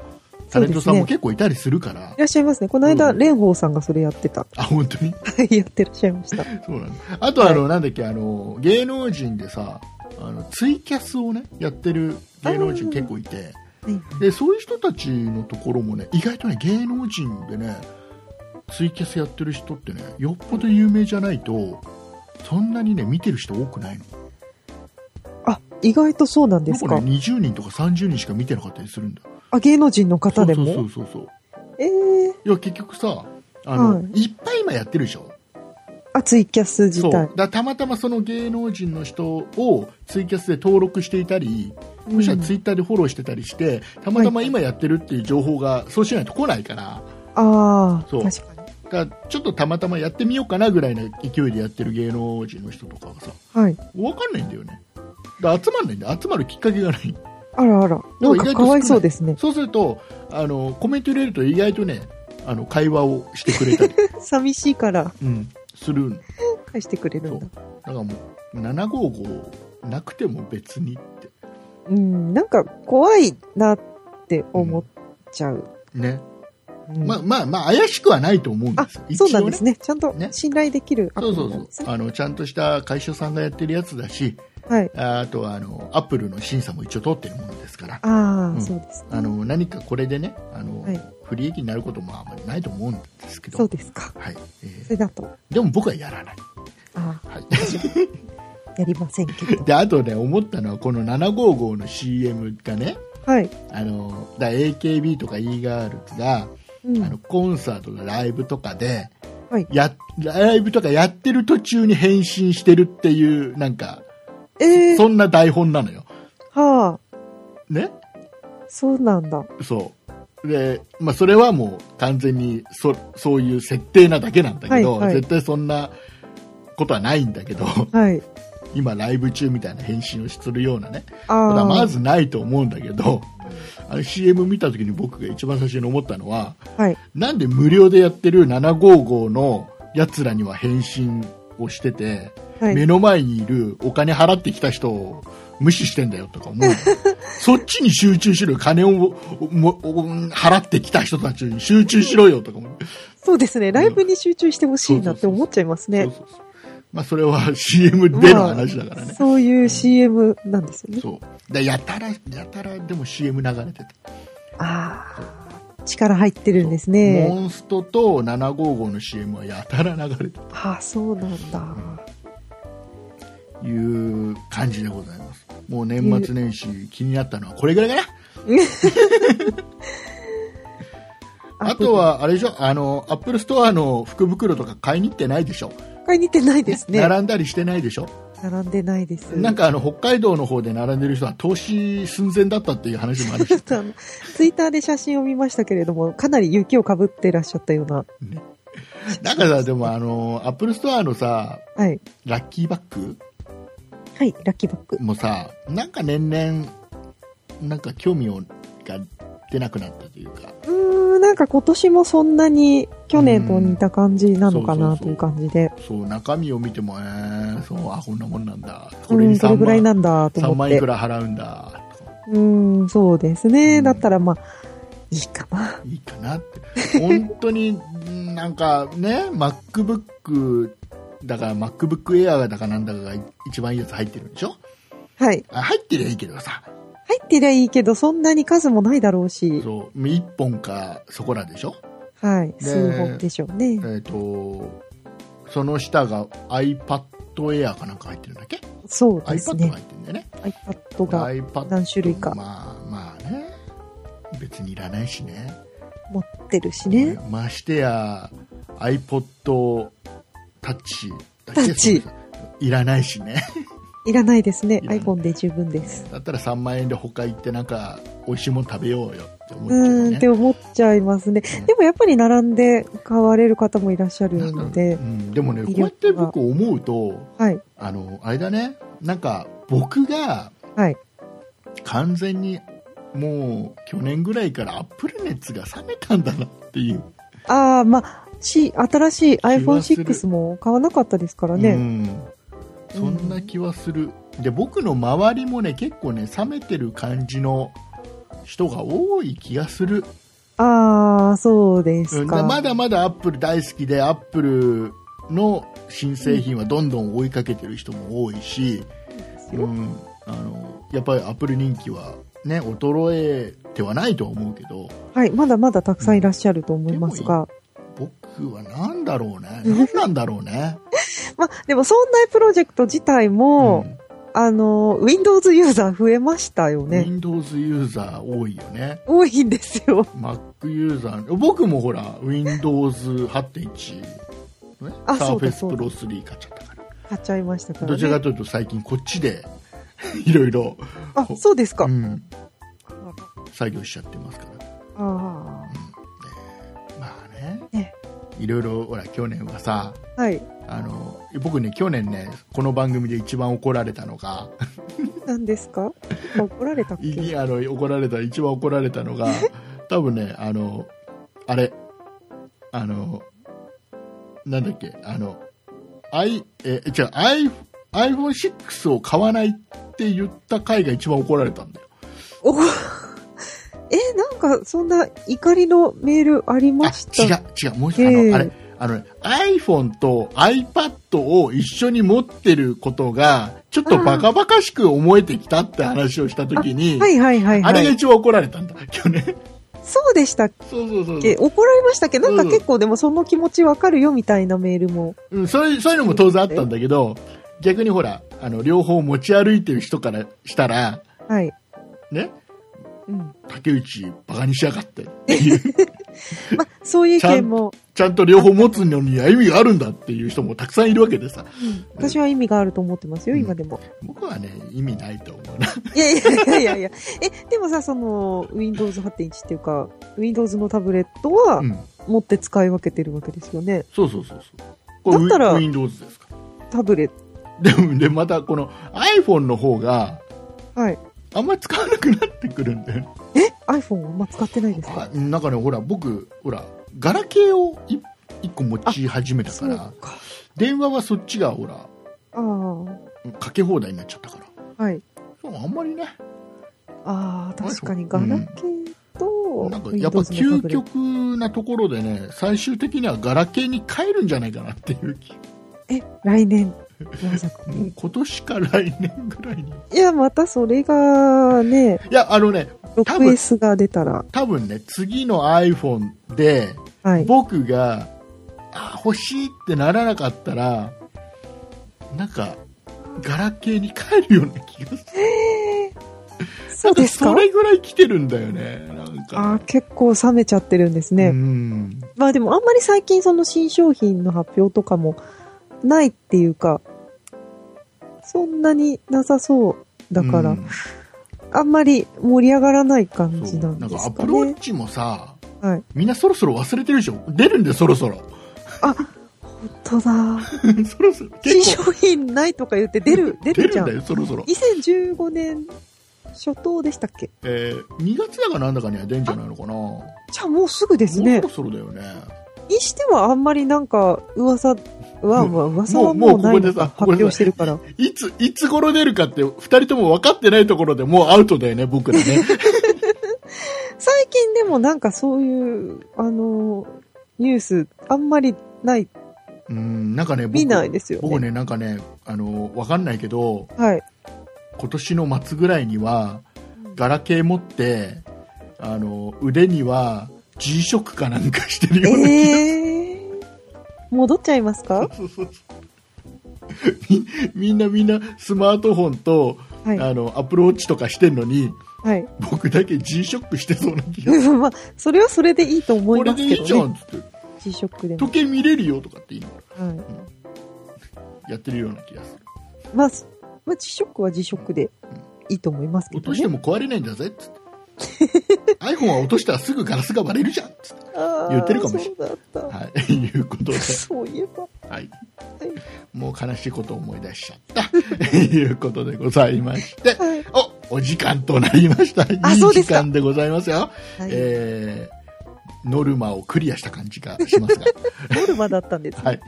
B: タ
C: そ
B: レ
C: うですね
B: ントさんも結構いたりするから、
C: いらっしゃいますね。この間、
B: うん
C: 蓮舫さんがそれやってた。
B: あ、本当に
C: はい、やってらっしゃいました。
B: そうなんだ。あとあの、なんだっけ、あの、芸能人でさ、あの、ツイキャスをね、やってる芸能人結構いて、
C: い
B: で、そういう人たちのところもね、意外とね、芸能人でね、ツイキャスやってる人ってね、よっぽど有名じゃないと、そんなにね、見てる人多くないの。
C: あ、意外とそうなんです
B: 僕ね、
C: か。
B: 20人とか30人しか見てなかったりするんだよ。
C: あ、芸能人の方でも
B: そうそうそうそうそう。
C: ええー。
B: いや、結局さ、あの、、
C: はい
B: っぱい今やってるでしょ
C: あ、ツイキャス自
B: そう。だ
C: 体
B: か。らたまたまその芸能人の人をツイキャスで登録していたり、
C: うん
B: もしくはツイッターでフォローしてたりして、たまたま今やってるっていう情報がそうしないと来ないから、
C: ああ、
B: そう
C: 確かに。
B: だからちょっとたまたまやってみようかなぐらいの勢いでやってる芸能人の人とかはさ、
C: はい。
B: わかんないんだよね。だから集まんないんだよ集まるきっかけがない。
C: あらあら。なんかかわいそうですね。
B: そうすると、あの、コメント入れると意外とね、あの、会話をしてくれ たり、
C: 寂しいから
B: うん、するん
C: 返してくれるんだ
B: そ。だからもう、755なくても別にって。
C: うん、なんか怖いなって思っちゃう。
B: ね。
C: うん
B: まあまあまあ怪しくはないと思うんで
C: あ
B: すよ。、
C: そうなん
B: 一応
C: で
B: ね
C: すね。ちゃんと
B: ね
C: 信頼できるアプ
B: そうそう
C: リなんです
B: そう
C: ね。
B: あのちゃんとした会社さんがやってるやつだし
C: はい。
B: ああとはあのアップルの審査も一応通ってるものですから
C: あ
B: う
C: あ、
B: ん
C: そうですね。
B: あの何かこれでねあの、
C: はい
B: 不利益になることもあんまりないと思うんですけど
C: そうですか。
B: はいえ
C: それだと、
B: ーでも僕はやらない、
C: あ
B: はい、
C: あ、やりませんけど。
B: であとね思ったのはこの755の CM がね
C: はい。
B: あのだ AKB とか e ガールズが、
C: うん
B: あのコンサートとかライブとかで
C: はい。
B: やライブとかやってる途中に返信してるっていうなんか
C: えー、
B: そんな台本なのよ。
C: はあ、
B: ね、
C: そうなんだ。
B: そう。で、まあ、それはもう完全にそそういう設定なだけなんだけど、
C: はいはい
B: 絶対そんなことはないんだけど、
C: はい。
B: 今ライブ中みたいな返信をするようなね、
C: あ
B: こ
C: あ。
B: とはまずないと思うんだけど、あの CM 見た時に僕が一番最初に思ったのは、
C: はい。
B: なんで無料でやってる755のやつらには返信をしてて、
C: はい。
B: 目の前にいるお金払ってきた人を無視してんだよとか 思うそっちに集中しろよ金をもお払ってきた人たちに集中しろよとか思う
C: そうですね。ライブに集中してほしいなって思っちゃいますね
B: そう。そうそうまあ、それは CM での話だからね、
C: そういう CM なんですよね。
B: そうでやたらやたらでも CM 流れてて
C: ああ。力入ってるんですね。
B: モンストと755の CM はやたら流れて
C: ああ、そうなんだ。
B: という感じでございますもう年末年始気になったのはこれぐらいかなあと、は、あれでしょ、あの、アップルストアの福袋とか買いに行ってないでしょ、
C: 買いに行ってないですね。
B: 並んだりしてないでしょ、
C: 並んでないです。
B: なんかあの、北海道の方で並んでる人は投資寸前だったっていう話も あるし
C: ちょ、っとあの、ツイッターで写真を見ましたけれども、かなり雪をかぶってらっしゃったような。
B: ねなんかさ、でもあの、アップルストアのさ、
C: はい。
B: ラッキーバッグ
C: はい、ラッキーバッグ。
B: もさ、なんか年々、なんか興味をが出なくなったというか、
C: うーん、なんか今年もそんなに去年と似た感じなのか
B: う
C: なんという感じで。
B: そう、中身を見ても、えー、そう、あ、こんなもんなんだ、こ
C: う
B: れ
C: ん、
B: に
C: それ
B: 3
C: ぐらいな
B: 万
C: んだと
B: 3
C: 思っ
B: 万い
C: て
B: く。ら払うんだ、
C: うーん、そうですね。
B: うん
C: だったらまあ、いいか な。
B: いいかなって本当にんなんかね MacBook だから MacBookAir だかなんだかが一番いいやつ入ってるんでしょ
C: はい。
B: あ入ってりゃいいけどさ
C: 入ってりゃいいけど、そんなに数もないだろうし。
B: そう1本かそこらでしょ、
C: はい。
B: え
C: 数本でしょうね
B: え。ー、とその下が iPadAir かなんか入ってるんだっけ、
C: そうですね
B: iPad が。入ってるんだよね
C: iPad が
B: iPad
C: 何種類か
B: まあまあね別にいらないしね
C: 持ってるしね。
B: ましてや iPod タッチだっけ
C: タッチ
B: そうそういらないしね
C: いらないですね。
B: いらない
C: iPhone で十分です。
B: だったら3万円で他行ってなんか美味しいもん食べようよって思っちゃ
C: う
B: うんね
C: って思っちゃいますね。でもやっぱり並んで買われる方もいらっしゃる
B: なんだろ
C: の
B: う
C: で
B: う、ん、でもねこ
C: 魅
B: うやって
C: 力が
B: 僕思うと
C: はい、
B: あのあれだねなんか僕が
C: はい。
B: 完全にもう去年ぐらいからアップル熱が冷めたんだなっていう、
C: ああ、まあ、し、新しい
B: はする
C: iPhone6 も買わなかったですから
B: う
C: ね。
B: ん、そんな気はする、で僕の周りもね結構ね冷めてる感じの人が多い気がする
C: ああ、そうで
B: う
C: す
B: ん
C: か。
B: まだまだアップル大好きでアップルの新製品はどんどん追いかけてる人も多いし、うんあのやっぱりアップル人気は、ね、衰えてはないとは思うけど
C: はい、まだまだたくさんいらっしゃると思いますが。
B: 僕は何だろうね何なんだろう ね、
C: まあ、でも、そんなプロジェクト自体も、あの、Windows ユーザー増えましたよ
B: うん
C: ね。
B: Windows ユーザー多いよね
C: 多いんですよ。
B: Mac ユーザー僕もほら Windows8.1 ね、
C: あ
B: Surface
C: そうだそうだ
B: Pro 3買っちゃったから
C: 買っちゃいましたから
B: どちら
C: ね
B: か。というと最近こっちで いろいろ
C: あ、そうですか。
B: うん、作業しちゃってますから、
C: あ
B: まあね
C: ね
B: いろいろほら去年はさ
C: あ。はい。
B: あの僕ね去年ねこの番組で一番怒られたのが
C: 何ですか怒られたっ
B: い
C: け
B: あの怒られた一番怒られたの が多分ねあのあれあのなんだっけあの I え違う I iPhone6 を買わないって言った回が一番怒られたんだよ
C: おえ、なんかそんな怒りのメールありました
B: あ違う違うもう一回あ
C: ええ
B: のあれあのね iPhone と iPad を一緒に持ってることがちょっとバカバカしく思えてきたって話をした時にあ,、
C: はいはいはいは
B: れが
C: い。
B: 一番怒られたんだ去年
C: そうでしたっ
B: そうそうそうそ
C: け
B: う、
C: 怒られましたっけなんか
B: うん
C: 結構でもその気持ちわかるよみたいなメールも。
B: うん、そういうそういうのも当然あったんだけど逆にほらあの両方持ち歩いてる人からしたら
C: はい。
B: ね
C: うん。
B: 竹内バカにしやがってっていう
C: まあ、そういう意見も。
B: ちゃんと両方持つのには意味があるんだっていう人もたくさんいるわけでさ
C: 私は意味があると思ってますよ、
B: うん
C: 今でも。
B: 僕はね意味ないと思うない
C: やいやいやいやいや。え、でもさ、その、Windows 8.1っていうか、Windows のタブレットは
B: うん
C: 持って使い分けてるわけですよね。
B: そうそうそうそうこれ
C: だったら
B: Win- Windows ですか
C: タブレッ
B: でもでまたこの iPhone の方が
C: ト。はい。
B: あんまり使わなくなってくるんだよね
C: iPhone はあんま使ってないですか
B: あなんかねほら僕ほらガラケーを 1, 個持ち始めたか
C: そう
B: ら
C: か。
B: 電話はそっちがほら
C: ああ。
B: かけ放題になっちゃったから
C: はい。
B: そうあんまりね
C: ああ、確か
B: iPhone
C: にガラケーと、
B: なんか
C: Windows
B: やっぱ
C: のタ
B: 究
C: ブレット。
B: 極なところでね最終的にはガラケーに変えるんじゃないかなっていう気
C: え、来年。まさか
B: もう今年か来年ぐらいにい
C: いや、またそれがね、
B: やあのね多分
C: 6S が出たら、
B: 多分ね次の iPhone で
C: はい。
B: 僕があ欲しいってならなかったらなんかガラケーに変えるような気がする
C: そうです
B: なん
C: か
B: それぐらい来てるんだよねなん
C: あ
B: か、
C: あ結構冷めちゃってるんですね。
B: うん
C: まあでもあんまり最近その新商品の発表とかもないっていうか、そんなになさそうだから、
B: うん
C: あんまり盛り上がらない感
B: そ
C: じ
B: う
C: なん
B: なん
C: で
B: か
C: す
B: ア
C: か
B: プロー
C: ね。
B: チもさ、
C: はい
B: みんなそろそろ忘れてるでしょ出るんでそろそろ
C: 本当だ。
B: そろそろ
C: 新
B: 結構
C: 商品ないとか言って出る、出
B: 出
C: るじ
B: る
C: ゃ
B: んだ
C: ん。
B: よそろそろ、
C: 2015年初頭でしたっけ
B: えー、2月だかなんだかには出るんじゃないのかなも
C: じゃあもうすぐで
B: う
C: すね
B: そろ。そろだよね
C: にしてはあんまりなんか噂、うわうわ噂は
B: もうもうこ
C: もう
B: こ
C: ないの
B: でさ
C: か
B: こ
C: 発
B: こでさ
C: 表してるから。
B: いついつ頃出るかって2人とも分かってないところでもうアウトだよね僕らね
C: 最近でもなんかそういう、あのー、ニュース、あんまりない、
B: うんなんかね僕
C: 見ないですよね。
B: 僕ねなんかねあの分かんないけど
C: はい。
B: 今年の末ぐらいにはガラケー持ってあの腕には G ショックかなんかしてるような
C: えー、戻っちゃいますか
B: みんなみんなスマートフォンと、
C: はい。
B: あのアプローチとかしてんのに
C: はい。
B: 僕だけ G ショックしてそうな気がする
C: まあ、それはそれでいいと思
B: こ
C: い
B: れ
C: ます
B: で
C: け
B: いいじゃ
C: ど
B: ん
C: ね。
B: っつって
C: 辞職でも。
B: 時計見れるよとかって言いなが
C: はい。
B: らやってるような気がする
C: まあ、すまあ、辞職は辞職でいいと思いますけ
B: 落
C: ど
B: として
C: ね。
B: も壊れないんだぜっつって iPhone は落としたらすぐガラスが割れるじゃんっつって
C: あー
B: 言ってるかもしれ
C: そうだった。
B: はい いうことで、
C: そういえば。
B: はい、もう悲しいことを思い出しちゃった いうことでございまして
C: はい。
B: おお時間となりましたい
C: あ
B: い
C: そうで
B: 時
C: すか
B: 間でございますよ
C: はい
B: えーノルマをクリアした感じがしますが、
C: ノルマだったんですね。
B: はい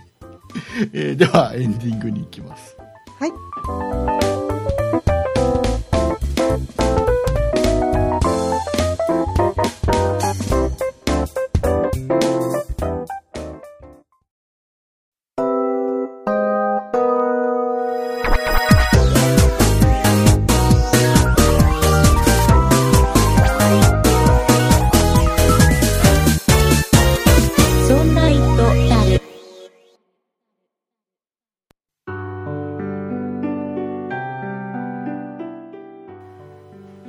B: えーではエンディングに行きます
C: はい。
A: そんな糸だる。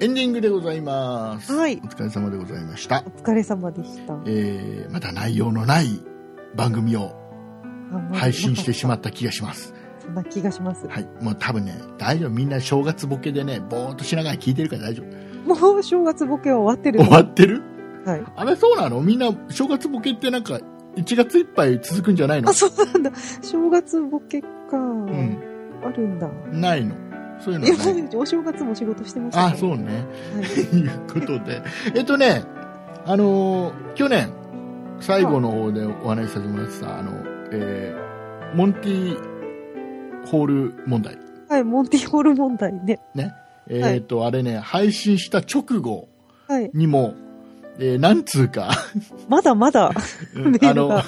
B: エンディングでございます、
C: はい
B: お疲れ様でございました
C: お、疲れ様でした。
B: えーまた内容のない番組を配信してしま
C: っ
B: った気がします、
C: た。そんな気がします。
B: はい、もう多分ね大丈夫みんな正月ボケでねぼーっとしながら聞いてるから大丈夫
C: もう正月ボケは終わってる。
B: 終わってる
C: はい。
B: あれそうなのみんな正月ボケってなんか1月いっぱい続くんじゃないの
C: あ、そうなんだ。正月ボケか。
B: うん
C: あるんだ。
B: ないのそういうの
C: え、
B: はない
C: 毎日お正月も仕事してました。
B: あ、そううね。
C: はい。
B: ということで、えっとね、あのー去年、最後の方でお話しさせてもらってた、あの、えーモンティホール問題。
C: はい、モンティホール問題ね。
B: えっ、と、あれね、配信した直後
C: はい。
B: にも、えーなんつうか、
C: まだ まだ。
B: うん
C: メー
B: あ
C: ルが
B: の、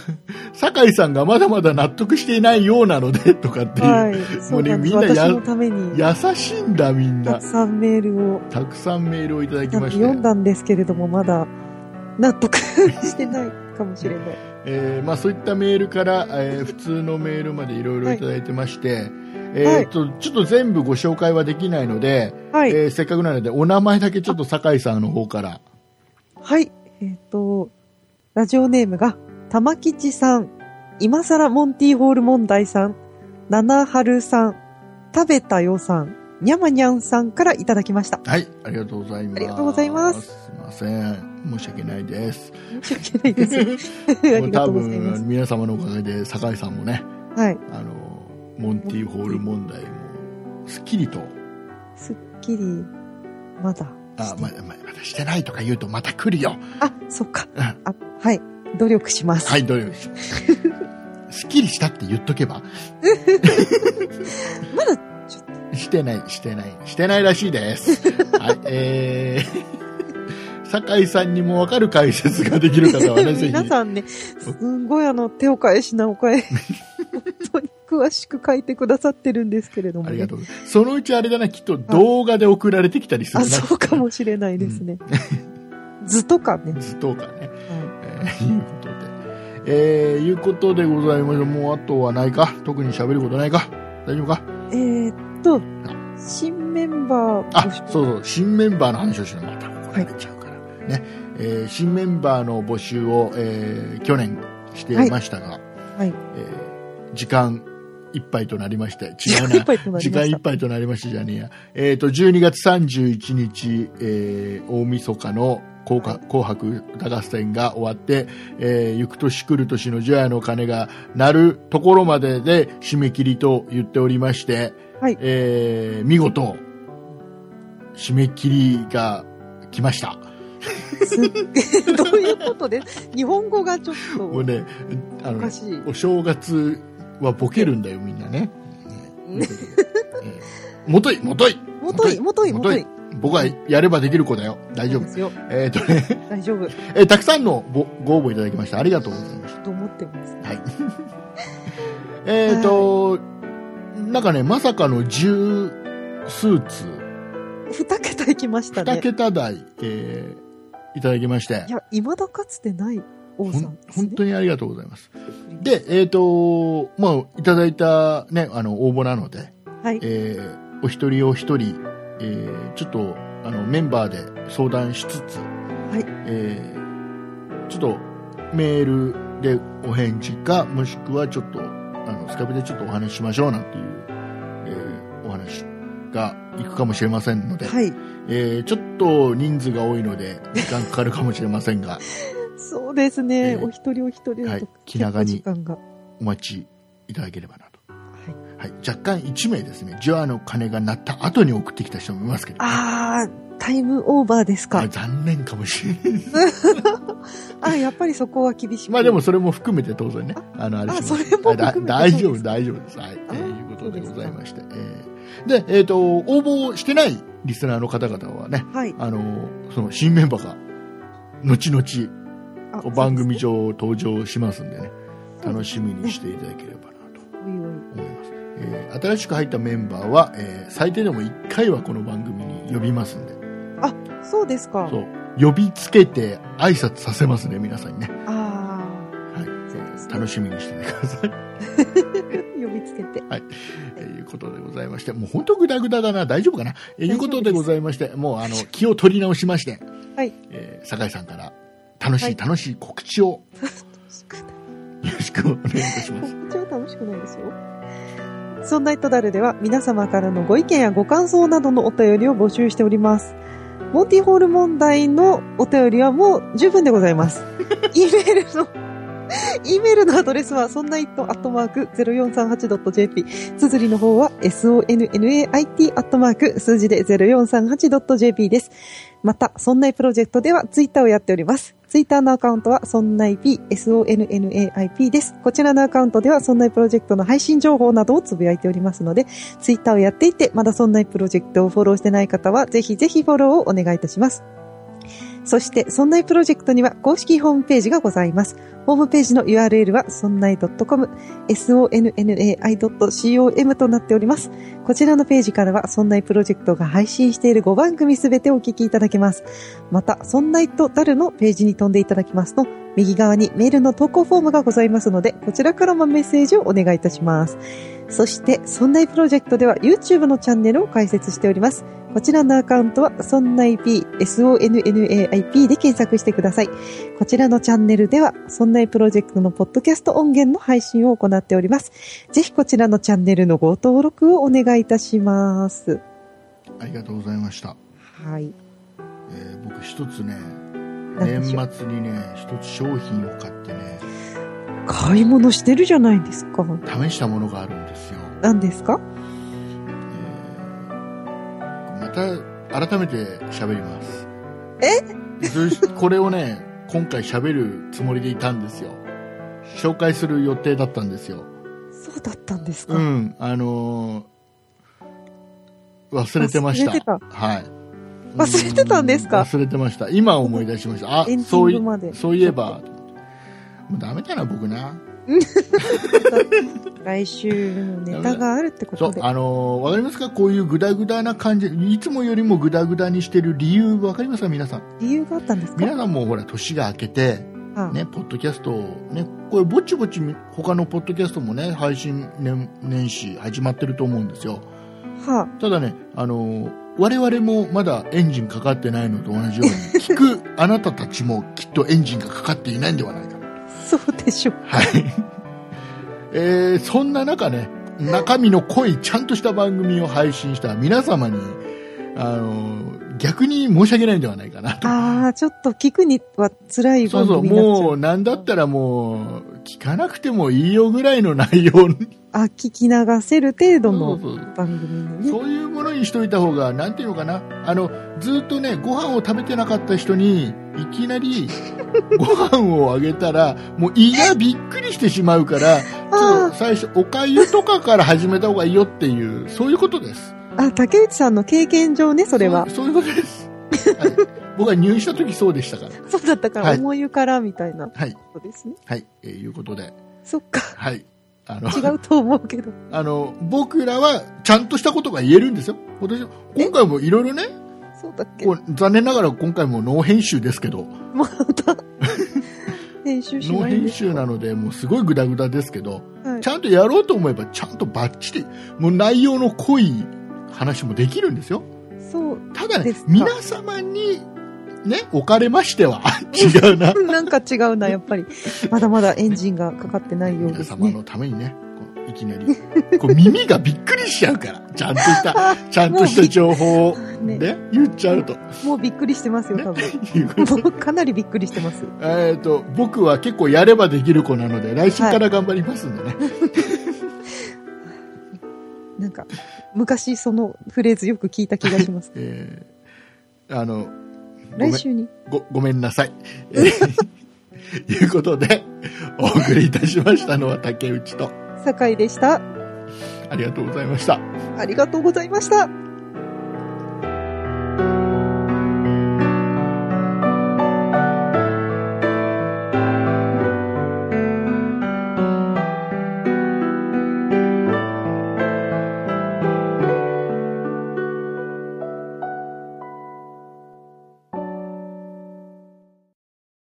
B: 酒井さんがまだまだ納得していないようなので、とかっていう、
C: はい。そうなんです。
B: もうねみんなや
C: 私のために、
B: 優しいんだ、みん
C: た
B: な
C: く。さんメールを
B: たくさんメールをいただきました
C: 読んだんですけれども、まだ納得 してないかもしれない。
B: えーまあ、そういったメールから、えー普通のメールまでいろいろいただいてまして、えーっとちょっと全部ご紹介はできないので、
C: はい。
B: えーせっかくなのでお名前だけちょっと酒井さんの方から
C: はい。えっ、と、ラジオネームが、玉吉さん、今更モンティーホール問題さん、七春さん、食べたよさん、にゃまにゃんさんからいただきました。
B: はい、ありがとうございます。
C: ありがとうございます
B: すいません。申し訳ないです。
C: 申し訳な いです。ありがとうございま
B: もう多
C: す
B: 分。皆様のおかげで、酒井さんもね、
C: はい。
B: あの、モンティーホール問題も、すっきりと、
C: すっきり、まだ。
B: あ、ま、ま、まだしてないとか言うと、また来るよ。
C: あ、そっか。
B: うんは
C: あ、はい。努力します。
B: い、どう よ。すっきりしたって言っとけば。
C: まだ
B: してない、してない、してないらしいです。はい、えー、 酒井さんにもわかる解説ができる方 はね、ぜひ。
C: 皆さんね、すんごいあの、手を返しなお 返え、本当に詳しく書いてくださってるんですけれども、
B: あ
C: ね。
B: りがとうございます。そのうちあれだな、きっと動画で送られてきたりする
C: あ、
B: な。
C: そうかもしれないですね。 図とかね。
B: ずっとかね。
C: は
B: えー、いうことで。えー、いうことでございましょう。もうあとはないか特に喋ることないか大丈夫か
C: いえーっと、新メンバー
B: あ
C: 募集、
B: そうそう、新メンバーの話をしないまた怒られちゃうから。ね。えー、新メンバーの募集を、えー、去年していましたが、
C: は
B: え
C: い。
B: ー時間いっぱいとなりまして、
C: 時
B: 違う
C: 間いっ
B: な。
C: ぱいとなり
B: 時
C: ま
B: 間い
C: し
B: っぱいとなりましたじゃねえや。えっ、と、12月31日、えー大晦日の紅白紅白歌合戦が終わって、えー、行く年来る年の除夜の鐘が鳴るところまでで締め切りと言っておりまして、
C: はい
B: えー見事、締め切りが来ました。
C: た。す どういうことです日本語がちょっ
B: もう
C: と
B: ね、あ
C: お
B: の
C: か、しい。
B: お正月はボケるんだよ、みんなね。ねえーもとい、もとい
C: もとい、もとい、もとい。
B: 僕はやればできる子だよ。大丈夫
C: で。すよ。
B: えっ、とね、
C: 大丈夫。
B: えーたくさんのごご応募いただきました。ありがとうございまし
C: と思ってます。
B: た。はい。 えっと、なんかね、まさかの10スーツ、
C: 二桁いきました
B: 2
C: ね。
B: 桁台、えーいただきまして
C: い、や、未だかつてない王
B: ほ
C: さ
B: ん
C: んです
B: 本
C: ね。
B: 当にありがとうございます。で、えっ、と、まあ、いただいたね、あの、応募なので、
C: はい。
B: えーお一人お一人、えーちょっとあのメンバーで相談しつつ、
C: い
B: えーちょっとメールでお返事かもしくはちょっとあのスカイプでちょっとお話ししましょうなんていう、えーお話がいくかもしれませんので、
C: はい。
B: えーちょっと人数が多いので時間かかるかもしれませんが
C: そうですね。
B: えー
C: お一人お一人だ
B: はい
C: と
B: 気長に
C: 結構時間が。
B: お待ちいただければなと、は
C: はい
B: い、若干1名ですねジュアの鐘が鳴った後に送ってきた人もいますけどね、
C: あー、タイムオーバーです
B: まあ
C: か。
B: 残念かもしれない
C: あやっぱりそこは厳しい。
B: まあでも、それも含めて当然ね、あの、あれします
C: あそれも含めて
B: だ大丈
C: そうで
B: 夫、
C: す
B: 大丈夫です。はい。と
C: あ
B: いうことでございまして。えーで、えっ、と、応募してないリスナーの方々はね、
C: はい。
B: あの、その新メンバーが、後々、
C: あ
B: 番組。上登場しますんでね、
C: そう
B: 楽
C: です
B: しみにしていただければなと
C: おいおい
B: 思います。えー新しく入ったメンバーは、えー最低でも1回はこの番組に呼びますんで、
C: そうですか。
B: そう、呼びつけて挨拶させますね、皆さんにね。
C: あ
B: はい。えー
C: ね
B: 楽しみにしててください。
C: ー、呼びつけて。
B: ということでございまして、もう本当グダグダだな、大丈夫かな。え
C: 大丈夫です
B: いうことでございまして、もうあの気を取り直しまして、
C: はい
B: えー酒井さんから楽し
C: はい
B: い楽しい告知をよろしくお願いいたします。
C: こっちは楽しくないですよ。そんな糸だるでは皆様からのご意見やご感想などのお便りを募集しております。モンティホール問題のお便りはもう十分でござい ます。E メールの、E メールのアドレスは、そんな it アットマーク 0438.jp。綴りの方は、sonnait アットマーク数字で 0438.jp です。また、そんないプロジェクトではツイッターをやっております。ツイッターのアカウントは、そんない p、sonnaip です。こちらのアカウントでは、そんないプロジェクトの配信情報などをつぶやいておりますので、ツイッターをやっていて、まだそんないプロジェクトをフォローしてない方は、ぜひぜひフォローをお願いいたします。そして、そんないプロジェクトには公式ホームページがございます。ホームページの URL は、そんない .com、sonnai.com となっております。こちらのページからは、そんないプロジェクトが配信している5番組すべてお聞きいただけます。また、そんないとダルのページに飛んでいただきますと、右側にメールの投稿フォームがございますので、こちらからもメッセージをお願いいたします。そして、そんないプロジェクトでは YouTube のチャンネルを開設しております。こちらのアカウントは、そんない P、sonnaip で検索してください。こちらのチャンネルでは、そんんないプロジェクトのポッドキャスト音源の配信を行っております。ぜひこちらのチャンネルのご登録をお願いいたします。
B: ありがとうございました、
C: はい。
B: えー僕一つね
C: なん
B: 年
C: でしょう
B: 末にね一つ商品を買ってね
C: 買い物してるじゃないですか。
B: 試したものがあるんですよ、
C: 何ですか
B: えーまた改めて喋りますえそれこれをね今回喋るつもりでいたんですよ紹介する予定だったんですよ
C: そうだったんですか、
B: うんあのー忘れてました
C: 忘れてた
B: はい
C: 忘れてたんですか
B: う忘れてました今思い出しましたあ
C: エンデ
B: そう
C: ィング
B: い
C: まで。
B: そういえばもうダメだな僕な
C: 来週のネタがあるってこ
B: そ
C: と
B: う
C: で。
B: あのーわかりますかこういうグダグダな感じいつもよりもグダグダにしてる理由わかりますか皆さん
C: 理由があったんですか
B: 皆さんもほら年が明けて
C: ああ
B: ねポッドキャストをねこれぼちぼち他のポッドキャストもね配信年年始始まってると思うんですよ
C: は
B: ただねあのー我々もまだエンジンかかってないのと同じように聞く あなたたちもきっとエンジンがかかっていないんではないか
C: あ、そうでしょう。
B: はい、 えーそんな中ね中身の濃いちゃんとした番組を配信した皆様にあの逆に申し訳ないんではないかなと
C: ああ、ちょっと聞くには辛い
B: そ
C: 番
B: うそう
C: 組になっちゃ
B: も
C: う。
B: うなんだったらもう聞かなくてもいいよぐらいの内容に
C: あ、聞き流せる程度の
B: そうそう
C: 番組にね。
B: そういうものにしといた方がなんていうのかなあのずっとねご飯を食べてなかった人にいきな りご飯をあげたらもういやびっくりしてしまうからちょっと最初おかゆとかから始めた方がいいよっていうそういうことです
C: あ、竹内さんの経験上ね、それは。
B: そうそういうことです、はい、僕は入院した時そうでしたから
C: そうだったか
B: は
C: ら、
B: い
C: 思い浮からみたいなこ
B: はい
C: とですね。
B: はい、えーいうことで
C: そっか、
B: はいあの
C: 違うと思うけど。
B: あの僕らはちゃんとしたことが言えるんですよ私今回もいろいろね
C: そうだっけ
B: こう残念ながら今回もノー編集ですけど
C: ま た、編集し
B: ノー
C: ないん
B: 編
C: です
B: 集なのでもうすごいグダグダですけど
C: はい
B: ちゃんとやろうと思えばちゃんとバッチリもう内容の濃い話もできるんですよ
C: そう。
B: ただ
C: で
B: ね
C: すか
B: 皆様にねおかれましては 違うな
C: なんか違うな、やっぱり。まだまだエンジンがかかってないよう
B: 皆
C: です
B: 様
C: ね。
B: のためにねこういきなりこう耳がびっくりしちゃうからちゃんとしたちゃんとした情報を
C: ね
B: ね言っちゃうと
C: もうびっくりしてますよ、多分。
B: いうこと
C: もうかなりびっくりしてます。
B: えー、と僕は結構やればできる子なので来週から頑張りますんでね、
C: なんか、昔そのフレーズよく聞いた気がします。
B: えーあのごめん
C: 来週に。
B: ごごめんなさい。えーいうことでお送りいたしましたのは竹内と
C: 酒井でした。
B: ありがとうございました。
C: ありがとうございました。